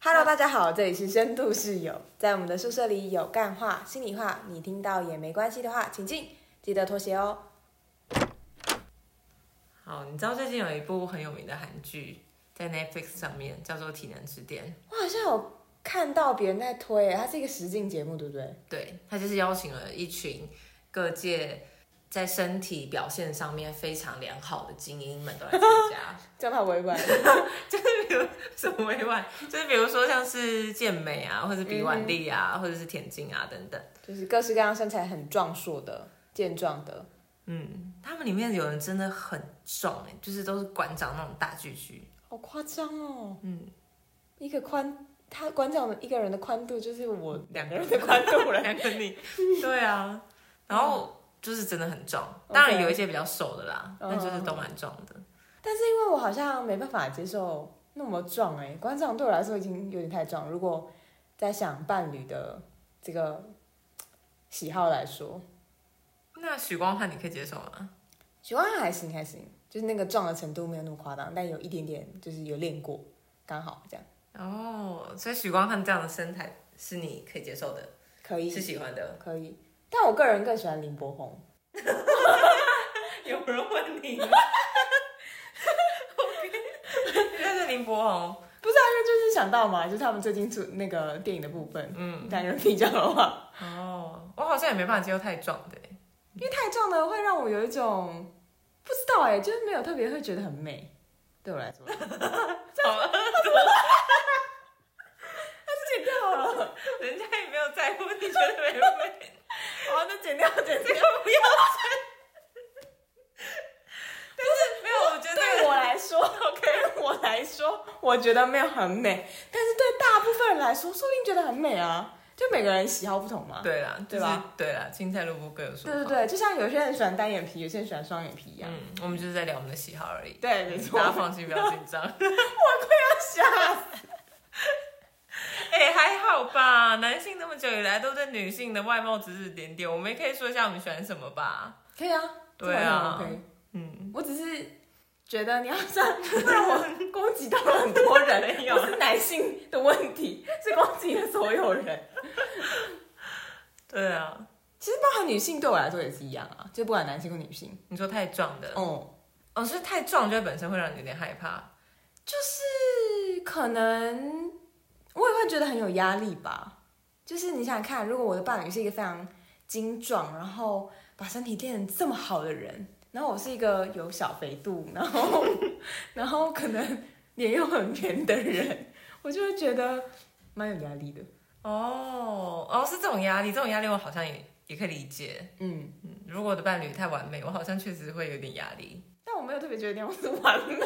Hello，大家好，这里是深度室友，在我们的宿舍里有干话、心里话，你听到也没关系的话，请进，记得脱鞋哦。好，你知道最近有一部很有名的韩剧在 Netflix 上面，叫做《体能之巅》。我好像有看到别人在推，它是一个实境节目，对不对？对，它就是邀请了一群各界在身体表现上面非常良好的精英们都来参加。 叫他委婉，就是比如什么委婉，就是比如说像是健美啊，或者是比腕力啊，或者是田径啊等等。 就是各式各样身材很壮硕的、健壮的，嗯，他们里面有人真的很重、欸，就是都是馆长那种大巨巨。好夸张哦！嗯，一个宽，他馆长一个人的宽度就是我两个人的宽度了，两个你。 对啊，然后就是真的很重，当然有一些比较瘦的啦，嗯但就是都蛮重的。但是因为我好像没办法接受那么壮哎、欸，馆长对我来说已经有点太壮。如果在想伴侣的这个喜好来说，那许光汉你可以接受吗？喜欢还行还行，就是那个壮的程度没有那么夸张，但有一点点就是有练过，刚好这样哦，所以许光汉这样的身材是你可以接受的，可以是喜 欢的。可以。但我个人更喜欢林柏宏，有人问 你吗？ 那是林柏宏，那就是想到嘛，就是他们最近出那个电影的部分，嗯，两个人比较的话，哦，我好像也没办法接受太壮的 欸，因为太壮的会让我有一种不知道哎、欸，就是没有特别会觉得很美，对我来说，怎么剪掉了。人家也没有在乎，你觉得 没味？好，那剪 掉，剪这掉。个不要但是没有，我觉得对我来说，OK，对我来说，我觉得没有很美，但是对大部分人来说，说不定觉得很美啊。就每个人喜好不同嘛。对啦，对对吧吧？对啦，青菜萝卜各有所对好。对对，就像有些人喜欢单眼皮，有些人喜欢双眼皮一样。嗯，我们就是在聊我们的喜好而已。嗯对，没错。大家我放心，不要紧 张。吓死哎、还好吧，男性那么久以来都对女性的外貌指指点点，我们也可以说一下我们喜欢什么吧。可以啊，对啊这完全 OK。嗯，我只是觉得你要这 样，不然我攻击到了很多人，没有不是男性的问题，是攻击了所有人。对啊，其实包含女性对我来说也是一样啊，就不管男性或女性，你说太壮的，哦、哦，是太壮，就本身会让你有点害怕。就是可能我也会觉得很有压力吧。就是你想想看，如果我的伴侣是一个非常精壮，然后把身体练得这么好的人，然后我是一个有小肥肚，然后 然后可能脸又很圆的人，我就会觉得蛮有压力的。哦，哦，是这种压力，这种压力我好像也也可以理解。嗯，嗯，如果我的伴侣太完美，我好像确实会有点压力，但我没有特别觉得那样是完 美。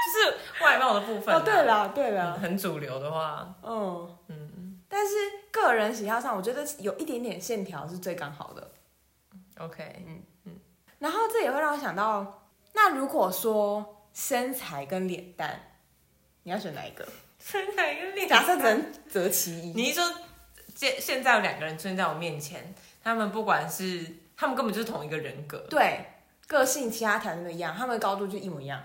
就是外貌的部分啊。哦，对了对嗯，了，很主流的话，嗯，嗯但是个人喜好上，我觉得有一点点线条是最刚好的。 ，OK，然后这也会让我想到，那如果说身材跟脸蛋，你要选哪一 个？身材跟脸假设只能择其一。你一说现现在有两个人出现在我面前，他们不管是他们根本就是同一个人格对，个性其他条件都一样，他们的高度就一模一样。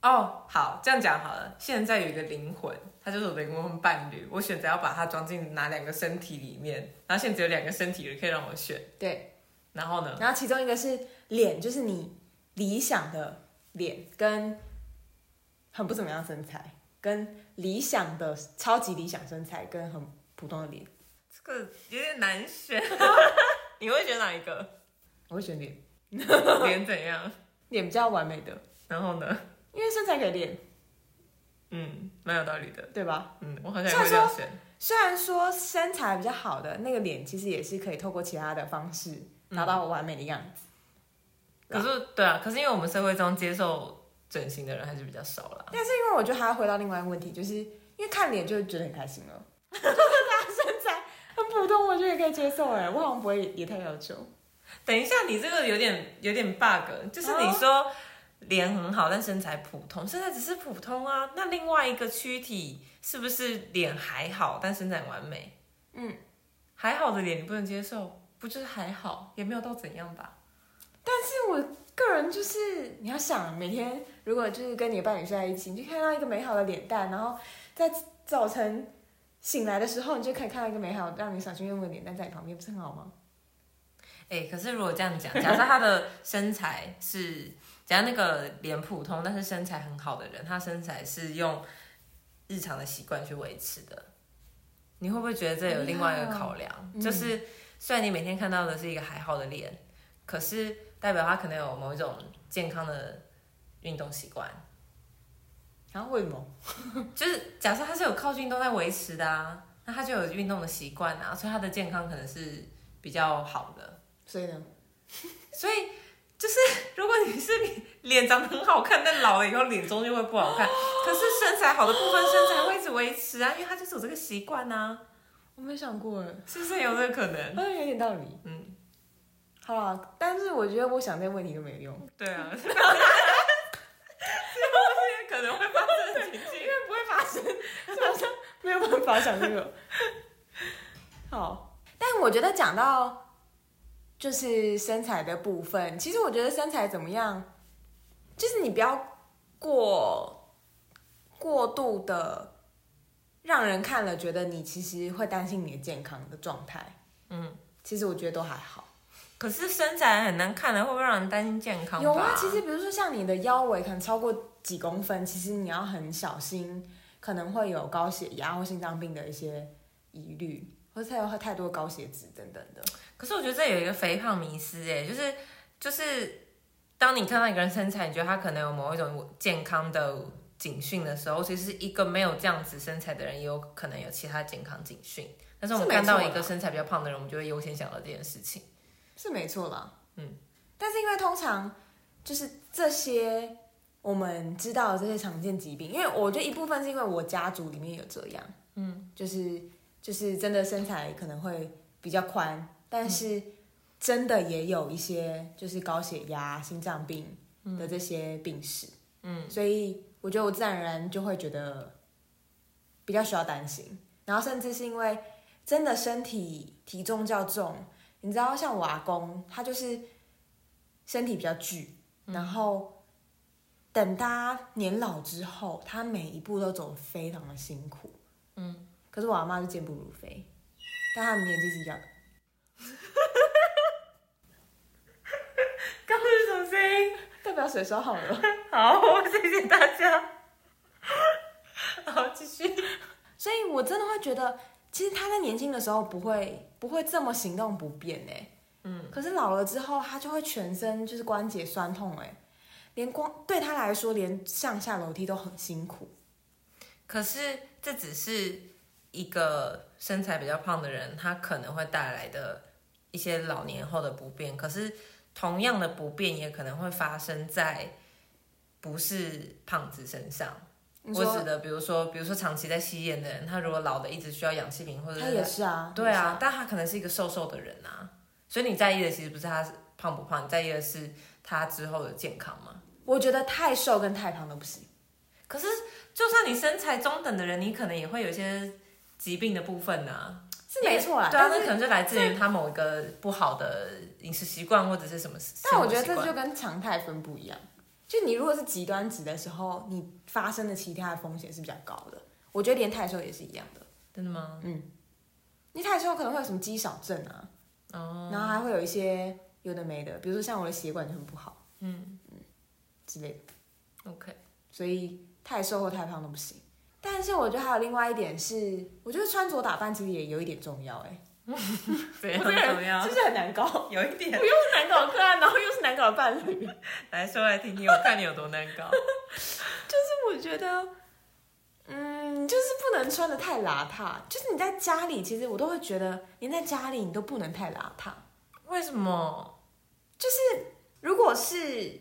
哦。好，这样讲好了。现在有一个灵魂，他就是我的灵魂伴侣，我选择要把它装进哪两个身体里面，然后现在只有两个身体可以让我选。对，然后呢，然后其中一个是脸，就是你理想的脸跟很不怎么样身材，跟理想的超级理想身材跟很普通的脸，这个有点难选， 你会选哪一 个？我会选脸，脸怎样？脸比较完美的，然后呢？因为身材可以练，嗯，蛮有道理的。对吧？嗯，我好像也会这样选。虽然说身材比较好的那个脸，其实也是可以透过其他的方式达到完美的样子。可是对啊，可是因为我们社会中接受整形的人还是比较少啦。但是因为我觉得还要回到另外一个问题，就是因为看脸就觉得很开心了，就是他身材很普通，我觉得也可以接受哎，我好像不会也太要求。等一下，你这个有点有点 bug，就是哦你说脸很好，但身材普通，身材只是普通啊。那另外一个躯体是不是脸还好，但身材完美？嗯，还好的脸你不能接受，不就是还好，也没有到怎样吧？但是我个人就是你要想，每天如果就是跟你的伴侣睡在一起，你就看到一个美好的脸蛋，然后在早晨醒来的时候，你就可以看到一个美好让你赏心悦目的脸蛋在你旁边，不是很好吗？哎、可是如果这样讲，假设他的身材是，假设那个脸普通但是身材很好的人，他身材是用日常的习惯去维持的，你会不会觉得这有另外一个考量？嗯就是虽然你每天看到的是一个还好的脸，可是代表他可能有某一种健康的运动习惯，然后为什么？就是假设他是有靠近运动在维持的啊，那他就有运动的习惯啊，所以他的健康可能是比较好的。所以呢？所以就是， 如果你是脸脸长得很好看，但老了以后脸终究会不 好看。可是身材好的部分，身材会一直维持啊，因为他就是有这个习惯啊，我没想过哎，是不是有这个可能？好像有点道理。嗯，好啦，但是我觉得我想这个问题都没有用，对啊，这就是可能会发生的情因境为。不会发生，好像没有办法想这个。好，但我觉得讲到就是身材的部分，其实我觉得身材怎么样，就是你不要过过度的让人看了觉得你其实会担心你的健康的状态。嗯，其实我觉得都还好。可是身材很难看的，啊会不会让人担心健康吧？有啊，其实比如说像你的腰围可能超过几公分，其实你要很小心，可能会有高血压或心脏病的一些疑虑，或者有太多高血脂等等的。可是我觉得这有一个肥胖迷思、欸，就是就是，当你看到一个人身材，你觉得他可能有某一种健康的警讯的时候，其实一个没有这样子身材的人，也有可能有其他健康警讯。但是我们是没看错到啦一个身材比较胖的人，我们就会优先想到这件事情。是没错啦，嗯，但是因为通常就是这些我们知道的这些常见疾病，因为我觉得一部分是因为我家族里面有这样，嗯，就是就是真的身材可能会比较宽，但是真的也有一些就是高血压、心脏病的这些病史，嗯，所以我觉得我自然而然就会觉得比较需要担心，然后甚至是因为真的身体体重较重。你知道，像我阿公，他就是身体比较巨，然后等他年老之后，他每一步都走得非常的辛苦。嗯，可是我阿妈就健步如飞，但他们年纪是一样的。刚刚是什么声音？代表水烧好了，好，谢谢大家。 好，继续。所以我真的会觉得，其实他在年轻的时候不会不会这么行动不便哎、嗯，可是老了之后，他就会全身就是关节酸痛哎、连光对他来说，连上下楼梯都很辛苦。可是这只是一个身材比较胖的人，他可能会带来的一些老年后的不便。可是同样的不便也可能会发生在不是胖子身上。你我说指的，比如说，比如说长期在吸烟的人，他如果老的一直需要氧气瓶，或者他也是啊，对啊，但他可能是一个瘦瘦的人啊。所以你在意的其实不是他胖不胖，你在意的是他之后的健康嘛。我觉得太瘦跟太胖都不行。可是，就算你身材中等的人，你可能也会有一些疾病的部分啊。是没错啦，对啊，但那可是能就来自于他某一个不好的饮食习惯或者是什么。但我觉得生这活习就惯跟常态分布一样，就你如果是极端值的时候，你发生的其他的风险是比较高的。我觉得连太瘦也是一样的，真的吗？你太瘦可能会有什么肌少症啊，哦，然后还会有一些有的没的，比如说像我的血管就很不好嗯之类的， ，OK，所以太瘦或太胖都不行。但是我觉得还有另外一点是，我觉得穿着打扮其实也有一点重 要、欸，哎，怎样怎么样是？不欸是很难 搞？有一点，我又是难搞的个案，然后又是难搞的伴 侣。来说来听听，我看你有多难搞。 我觉得，嗯，就是不能穿的太邋遢。就是你在家里，其实我都会觉得，连在家里你都不能太邋遢。为什么？如果是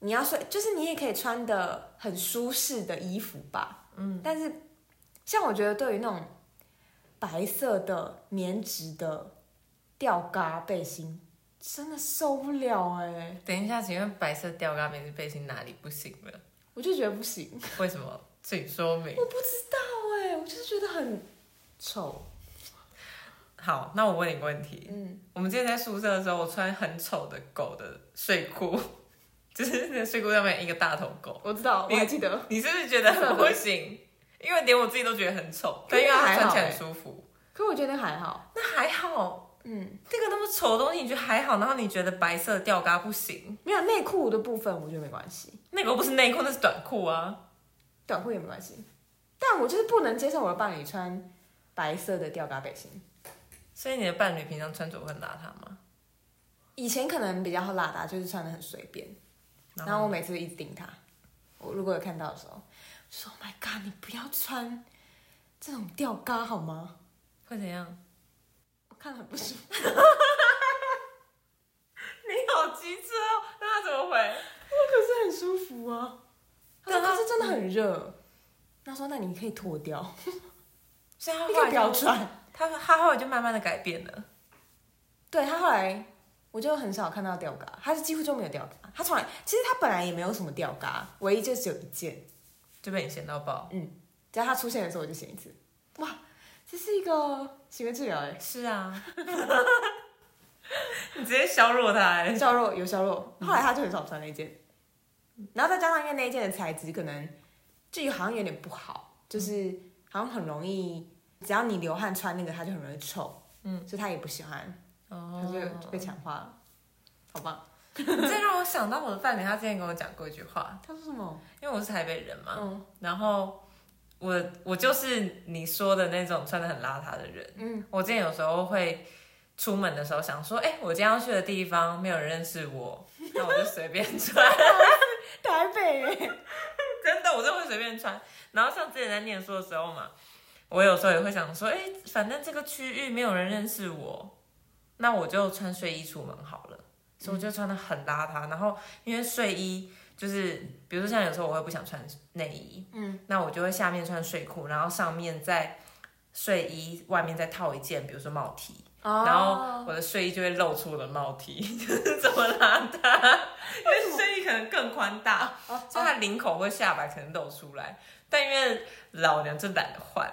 你要睡，就是你也可以穿的很舒适的衣服吧。嗯，但是像我觉得，对于那种白色的棉质的吊嘎背心，真的受不了哎、等一下，请问白色吊嘎棉质背心哪里不行了？我就觉得不行。为什么？请说明。我不知道哎、我就是觉得很丑。好，那我问你个问题。嗯，我们之前在宿舍的时候，我穿很丑的狗的睡裤，就是那个睡裤上面一个大头狗。嗯我知道，我还记得。你是不是觉得很不行？因为连我自己都觉得很丑，可但是因为它还穿好起来欸很舒服。可我觉得还好，那还好，欸嗯，那个那么丑的东西你觉得还好，然后你觉得白色吊嘎不行，没有内裤的部分，我觉得没关系，那个又不是内裤，那是短裤啊。短裤也没关系。但我就是不能接受我的伴侣穿白色的吊嘎背心。所以你的伴侣平常穿着会很邋遢吗？以前可能比较邋遢，就是穿的很随便，然后我每次一直盯他，我如果有看到的时候，我就说 Oh my god，你不要穿这种吊嘎好吗？会怎样？我看了很不舒服。你好机智哦，那他怎么回？ 可是很舒服啊。他说嗯但他可是真的很热。他说那你可以脱掉，所以他你后可以来不要就穿。他他后来就慢慢的改变了。对他后来我就很少看到吊嘎，他是几乎就没有吊嘎，他从来其实他本来也没有什么吊嘎，唯一就只有一件，就被你嫌到爆。只要他出现的时候我就嫌一次。哇，这是一个行为治疗哎，是啊， 你直接削弱他、欸。削弱有削弱，后来他就很少穿那件，然后再加上因为那一件的材质可能就有好像有点不好，就是好像很容易，只要你流汗穿那个，它就很容易臭，嗯，所以他也不喜欢，他就就哦，被强化了，好吧？你这让我想到我的伴侣，他之前跟我讲过一句话，啊他说什么？因为我是台北人嘛，嗯然后我我就是你说的那种穿的很邋遢的人。嗯，我之前有时候会出门的时候想说，哎、我今天要去的地方没有人认识我，那我就随便穿。台北耶， 真的，我真的会随便穿。然后像之前在念书的时候嘛，我有时候也会想说，哎、反正这个区域没有人认识我，那我就穿睡衣出门好了。所以我就穿的很邋遢，然后因为睡衣就是，比如说像有时候我会不想穿内衣，嗯，那我就会下面穿睡裤，然后上面再睡衣，外面再套一件，比如说帽 T，然哦后我的睡衣就会露出我的帽 T，就是 这么邋遢，因为睡衣可能更宽大，哦所以他领口或下摆可能露出来，但因为老娘就懒得换，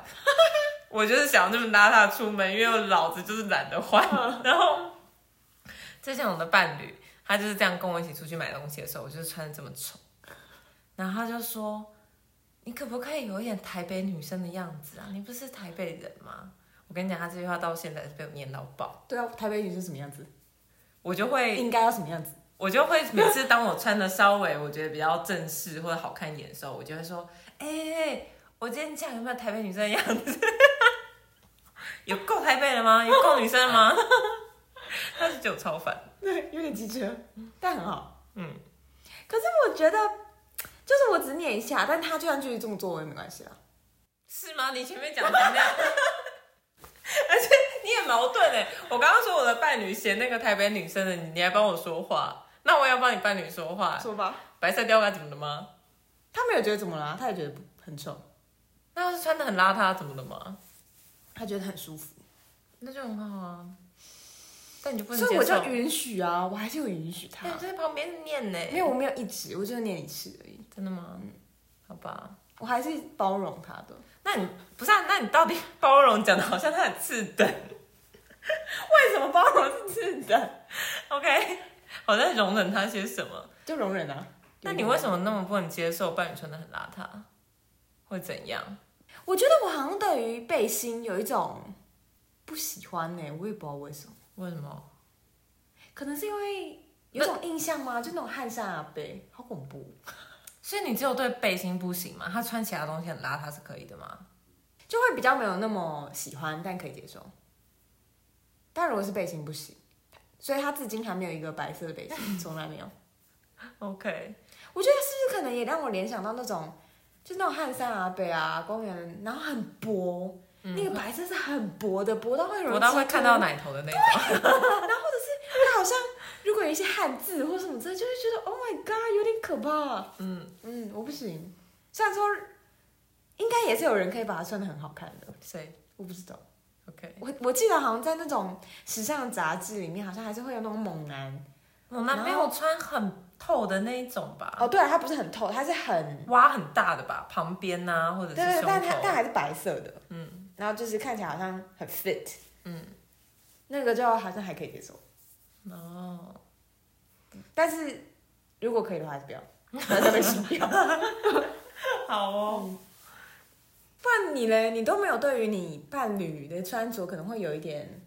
我就是想要这么邋遢出门，因为我老子就是懒得换。嗯然后，之前我的伴侣，他就是这样跟我一起出去买东西的时候，我就是穿的这么丑，然后他就说：“你可不可以有一点台北女生的样子啊？你不是台北人吗？”我跟你讲，他这句话到现在是被我念到爆，对啊，台北女生什么样子？我就会应该要什么样子？我就会每次当我穿的稍微我觉得比较正式或者好看一点的时候，我就会说：“哎、我今天这样有没有台北女生的样子？ 有够台北了吗？有够女生了吗？” 他是觉得我超烦。 对，有点机车，但很好。嗯，可是我觉得，就是我只念一下，但他就算继续这么做，我也没关系啊。是吗？你前面讲成那样， 而且你也矛盾哎。我刚刚说我的伴侣嫌那个台北女生的，你你还帮我说话，那我也要帮你伴侣说话。说吧。白色吊带怎么了吗？他没有觉得怎么啊啦，他也觉得不很臭，那要是穿的很邋遢怎么了吗？他觉得很舒服，那就很好啊。但你就不能所以我接受就允许啊，我还是会允许他哎，。我在旁边念呢。嗯没有，我没有一直，我就念一次而已，真的吗？好吧。我还是包容他的。那你不是、啊？那你到底包容讲的好像他很次 等为什么包容是次的？ ，OK？好像容忍他些什么？就容忍啊。那你为什么那么不能接受伴侣穿的很邋遢？会怎样？我觉得我好像对于背心有一种不喜欢呢、欸我也不知道为什么，为什么？可能是因为有一种印象吗？就那种汗衫啊背，好恐怖。所以你只有对背心不行吗？他穿其他东西很邋遢是可以的吗？就会比较没有那么喜欢，但可以接受。但如果是背心不行，所以他至今还没有一个白色的背 心，从来没有。 OK，我觉得是不是可能也让我联想到那种，就那种汗衫啊、北啊、公园，然后很薄，那个白色是很薄的，薄到会有人我倒会看 嗯到嫉妒。奶头的那种。它好像如果有一些汉字或什么之类，就会觉得 Oh my God，有点可怕。嗯，嗯，我不行。虽然说应该也是有人可以把它穿的很好看的，谁我不知道。 ？OK，我我记得好像在那种时尚杂志里面，好像还是会有那种猛男。我男朋友穿很透的那一种吧，哦，对了，它不是很透，它是很挖很大的吧，旁边呐、或者对是对，胸口。啊但它但还是白色的，嗯，然后就是看起来好像很 fit，嗯，那个就好像还可以接受，哦，嗯但是如果 嗯可以的话还是不要，还是被洗掉。好哦。不然你嘞，你都没有对于你伴侣的穿着可能会有一点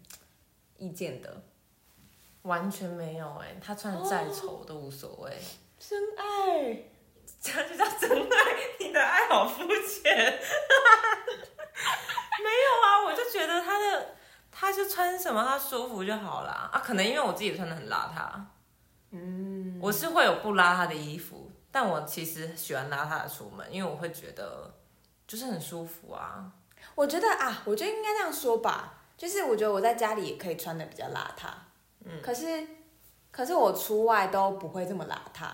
意见的。完全没有哎、他穿的再丑我都无所谓，真爱，这样就叫真爱。你的爱好肤浅，没有啊，我就觉得他的他就穿什么他舒服就好啦啊，可能因为我自己穿的很邋遢，嗯，我是会有不邋遢的衣服，但我其实喜欢邋遢的出门，因为我会觉得就是很舒服啊。我觉得啊，我觉得应该这样说吧，就是我觉得我在家里也可以穿的比较邋遢，嗯，可是可是我出外都不会这么邋遢，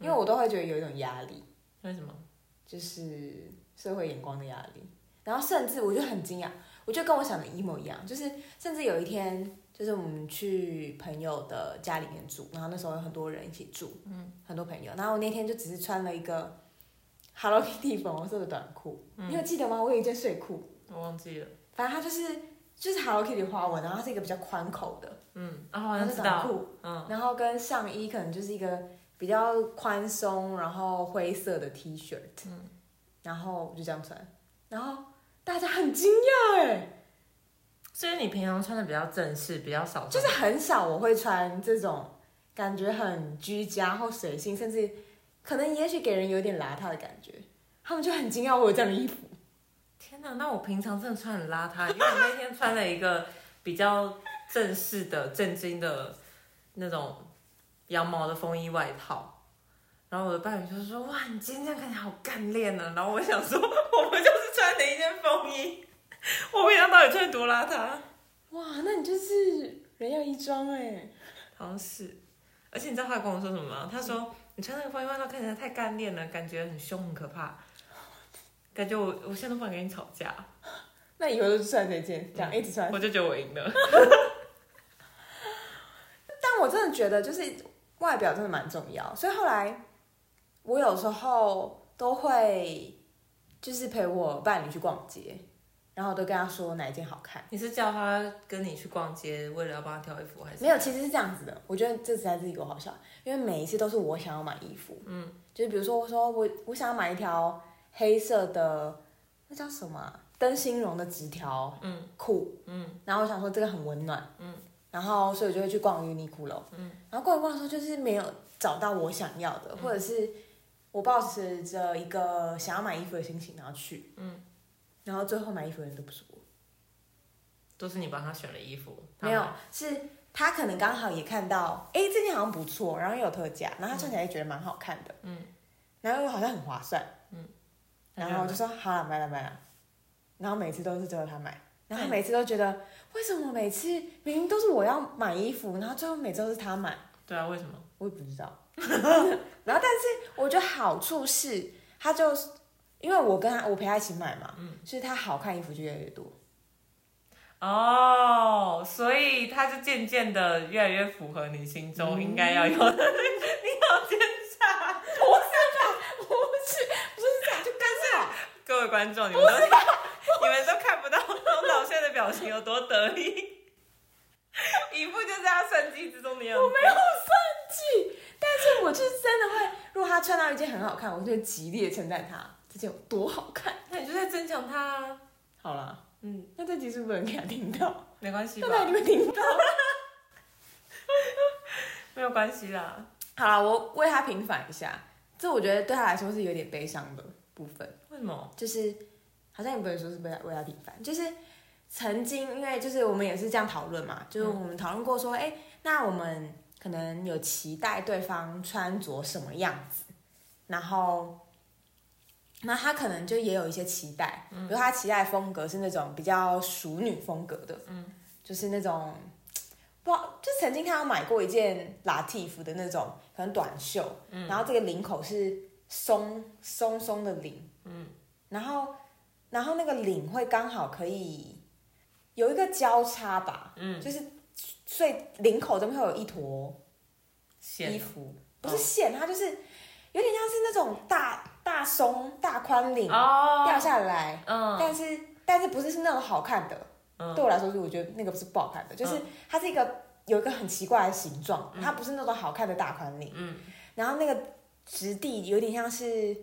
因为我都会觉得有一种压力，为什么？就是社会眼光的压力。然后甚至我就很惊讶，我就跟我想的一模一样，就是甚至有一天，就是我们去朋友的家里面住，然后那时候有很多人一起住，嗯，很多朋友，然后我那天就只是穿了一个 Hello Kitty 粉红色的短裤，嗯你有记得吗？我有一件睡裤。我忘记了。反正它就是就是 Hello Kitty 的花纹，然后它是一个比较宽口的，嗯，啊、好然像后是知短道。裤，嗯，然后跟上衣可能就是一个比较宽松，然后灰色的 T 恤，嗯，然后我就这样穿，然后大家很惊讶哎，所以你平常穿的比较正式，比较少穿就是很少我会穿这种感觉很居家或随性，甚至可能也许给人有点邋遢的感觉，他们就很惊讶我有这样的衣服，天哪，那我平常真的穿很邋遢，因为我那天穿了一个比较正式的、正经的那种羊毛的风衣外套。然后我的伴侣就说：“哇，你今天这样看起来好干练呢、然后我想说，我们就是穿的一件风衣，我平常到底穿多邋遢？哇，那你就是人要衣装哎，好像是。而且你知道他跟我说什么吗？他说你穿那个风衣外套看起来太干练了，感觉很凶，很可怕。感觉我我现在都不敢跟你吵架，那以后就穿这件，嗯这样一直穿。我就觉得我赢了。但我真的觉得，就是外表真的蛮重要，所以后来我有时候都会就是陪我伴侣去逛街，然后我都跟他说哪一件好看。你是叫他跟你去逛街，为了要帮他挑衣服，还是没有，其实是这样子的。我觉得这实在是一个好笑，因为每一次都是我想要买衣服，嗯，就是比如说我说我我想要买一条黑色的，那叫什么啊、灯芯绒的直条，嗯，裤，嗯，然后我想说这个很温暖，嗯，然后所以我就会去逛 Uniqlo，嗯，然后逛一逛的时候就是没有找到我想要的，或者是我保持着一个想要买衣服的心情然后去，嗯，然后最后买衣服的人都不是我。都是你帮他选了衣服？没有，是他可能刚好也看到，哎，这件好像不错，然后又有特价，然后他穿起来也觉得蛮好看的，嗯，然后又好像很划算，他然买，后我就说好了，买了买了，然后每次都是最后他买，然后他每次都觉得为什么每次明明都是我要买衣服，然后最后每次都是他买，对啊，为什么？我也不知道。 然后，但是我觉得好处是，他就是因为我跟他我陪他一起买嘛，所以他好看衣服就越来越多。哦，所以他就渐渐的越来越符合你心中应该要有嗯 的。你好奸诈！ 不是不是这样，就刚好。各位观众，你们都 你们都看不到钟导现在的表情有多得意，一副就是他生机之中的样子。我没有生气，但是 我就是真的会，如果他穿到一件很好看，我就会极力的称赞他这件有多好看。那你就在增强他啊，好啦，嗯，那这集是不能给他听到， 没关系他吧？哪里会听到？没有关系啦。好啦，我为他平反一下，这我觉得对他来说是有点悲伤的部分，为什么？就是好像也不能说是为他为他平反，就是。曾经，因为就是我们也是这样讨论嘛，就是我们讨论过说，哎、那我们可能有期待对方穿着什么样子，然后，那他可能就也有一些期待，比如他期待的风格是那种比较熟女风格的，嗯，就是那种不知道，就曾经他有买过一件 Latif 的那种，可能短袖，然后这个领口是松松松的领，嗯，然后然后那个领会刚好可以有一个交叉吧，嗯，就是所以领口这边会有一坨闲衣哦服，不是线，它就是有点像是那种大大松大宽领、哦，掉下来，嗯但是但是不是是那种好看的，嗯对我来说是我觉得那个不是不好看的，就是它是一个有一个很奇怪的形状，它不是那种好看的大宽领，嗯然后那个质地有点像是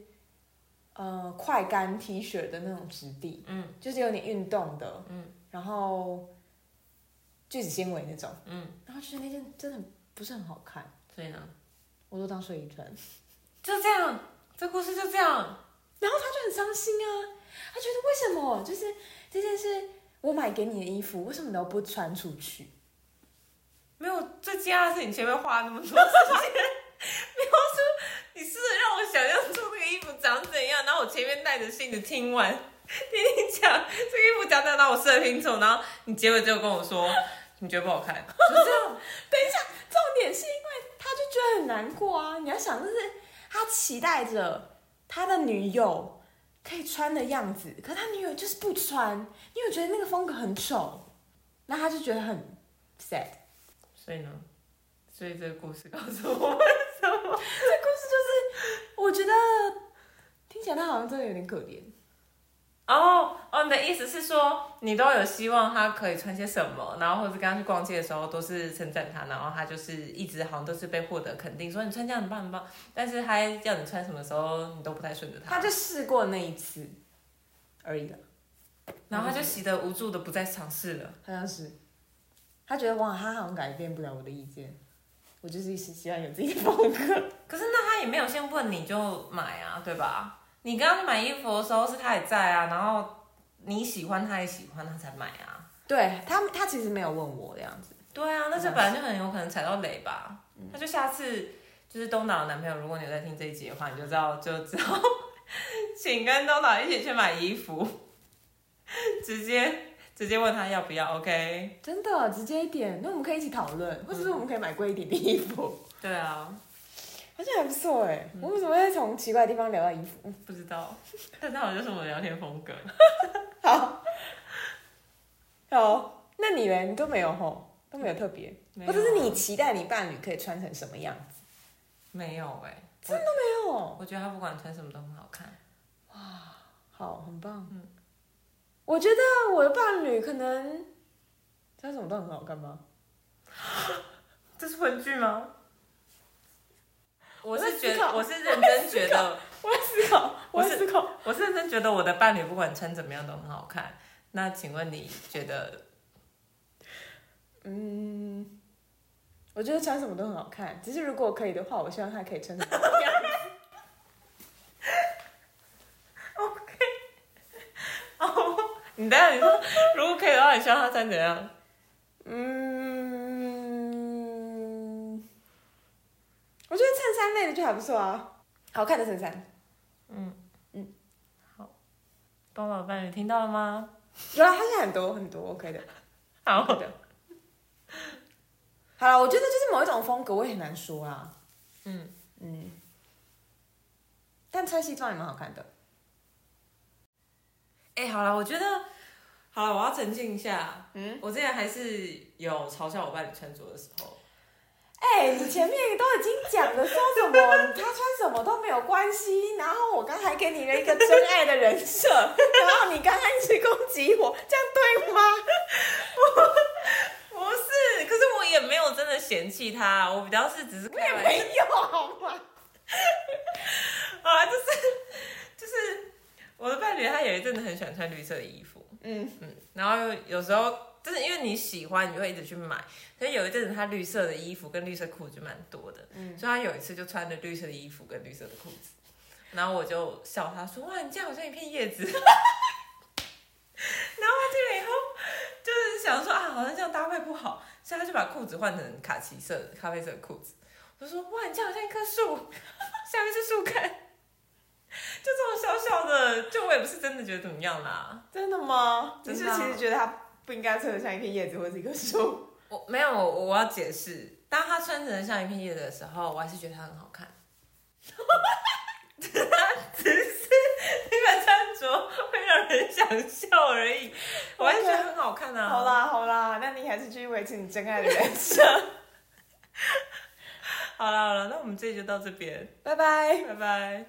呃快干 T 恤的那种质地，嗯，就是有点运动的，嗯，然后聚酯纤维那种，嗯，然后其实那件真的不是很好看，所以呢，我都当睡衣穿，就这样，这故事就这样。然后他就很伤心啊，他觉得为什么就是这件是我买给你的衣服，为什么你都不穿出去？没有，最惊讶的是你前面花那么多时间， 描述你试着让我想象出那个衣服长怎样，然后我前面耐着性子听完， 听你讲这个衣服长怎样，然后我试着拼凑，然后你结尾就跟我说你觉得不好看，就这样。等一下，重点是因为他就觉得很难过啊！你要想，就是他期待着他的女友可以穿的样子，可他女友就是不穿，因为我觉得那个风格很丑，那他就觉得很 sad。所以呢，所以这个故事告诉我们什么？这故事就是，我觉得听起来他好像真的有点可怜。哦哦，你的意思是说你都有希望他可以穿些什么，然后或者跟他去逛街的时候都是称赞他，然后他就是一直好像都是被获得肯定，说你穿这样很棒很棒，但是他要你穿什么时候你都不太顺着他，他就试过那一次而已了，然后他就喜得无助的不再尝试了。好像是。他觉得哇，他好像改变不了我的意见，我就是喜欢有自己的风格。可是那他也没有先问你就买啊，对吧？你刚刚去买衣服的时候是他也在啊，然后你喜欢他也喜欢他才买啊， 对他，他其实没有问我这样子。对啊，那这本来就很有可能踩到雷吧。嗯那就下次就是东岛的男朋友，如果你有在听这一集的话，你就知道就知道， 请跟东岛一起去买衣服，直接直接问他要不要，OK？真的直接一点，那我们可以一起讨论，或者是我们可以买贵一点的衣服，对啊，嗯好像还不错哎、我们怎么会从奇怪的地方聊到衣服？不知道，但他好像是我的聊天风格。好，好，那你嘞？你都没有吼，都没有特别，没有或者是你期待你伴侣可以穿成什么样子？没有哎、真的没有，我觉得他不管穿什么都很好看。好，很棒。嗯我觉得我的伴侣可能穿什么都很好看吗？这是文具吗？我我是在觉思考得，我是认真觉得， 我在思考，我在思考。 我是认真觉得我的伴侣不管穿怎么样都很好看。那请问你觉得嗯，我觉得穿什么都很好看，只是如果可以的话，我希望他可以穿成什么 样子。 OK，哦，你等一下你说，如果可以的话，你希望他穿怎样？嗯，我觉得衬衫类的就还不错啊，好看的衬衫。帮我伴侣听到了吗？有啊，它现在很多很多 OK 的好， ，OK 的。好了，我觉得就是某一种风格，我也很难说啊。嗯嗯，但穿西装也蛮好看的。哎、好了，我觉得，好了，我要澄清一下，嗯，我之前还是有嘲笑我伴侣穿着的时候，哎、你前面都已经讲了说什么他穿什么都没有关系，然后我刚才给你了一个真爱的人设，然后你刚刚一直攻击我，这样对 吗？不是，可是我也没有真的嫌弃他，我比较是只是我开也玩没有好吗？啊，就是就是我的伴侣，他有一阵子很喜欢穿绿色的衣服，嗯嗯，然后有时候就是因为你喜欢，你就会一直去买，所以有一阵子他绿色的衣服跟绿色裤子就蛮多的，嗯所以他有一次就穿着绿色的衣服跟绿色的裤子，然后我就笑他说：“哇，你这样好像一片叶子。” 然后他听了以后就是想说啊，好像这样搭配不好，所以他就把裤子换成卡其色的咖啡色的裤子。我就说：“哇，你这样好像一棵树， 下面是树干。”就这种小小的，就我也不是真的觉得怎么样啦。真的吗？你真是的不啊是其实觉得他不应该穿得像一片叶子或者一棵树？我没有，我我要解释。当他穿成像一片叶子的时候，我还是觉得他很好看。只是那个穿着会让人想笑而已，我还是觉得很好看啊。好， 啦好啦，那你还是继续维持你真爱的人设，好啦，好啦，那我们这集就到这边，拜拜。拜拜。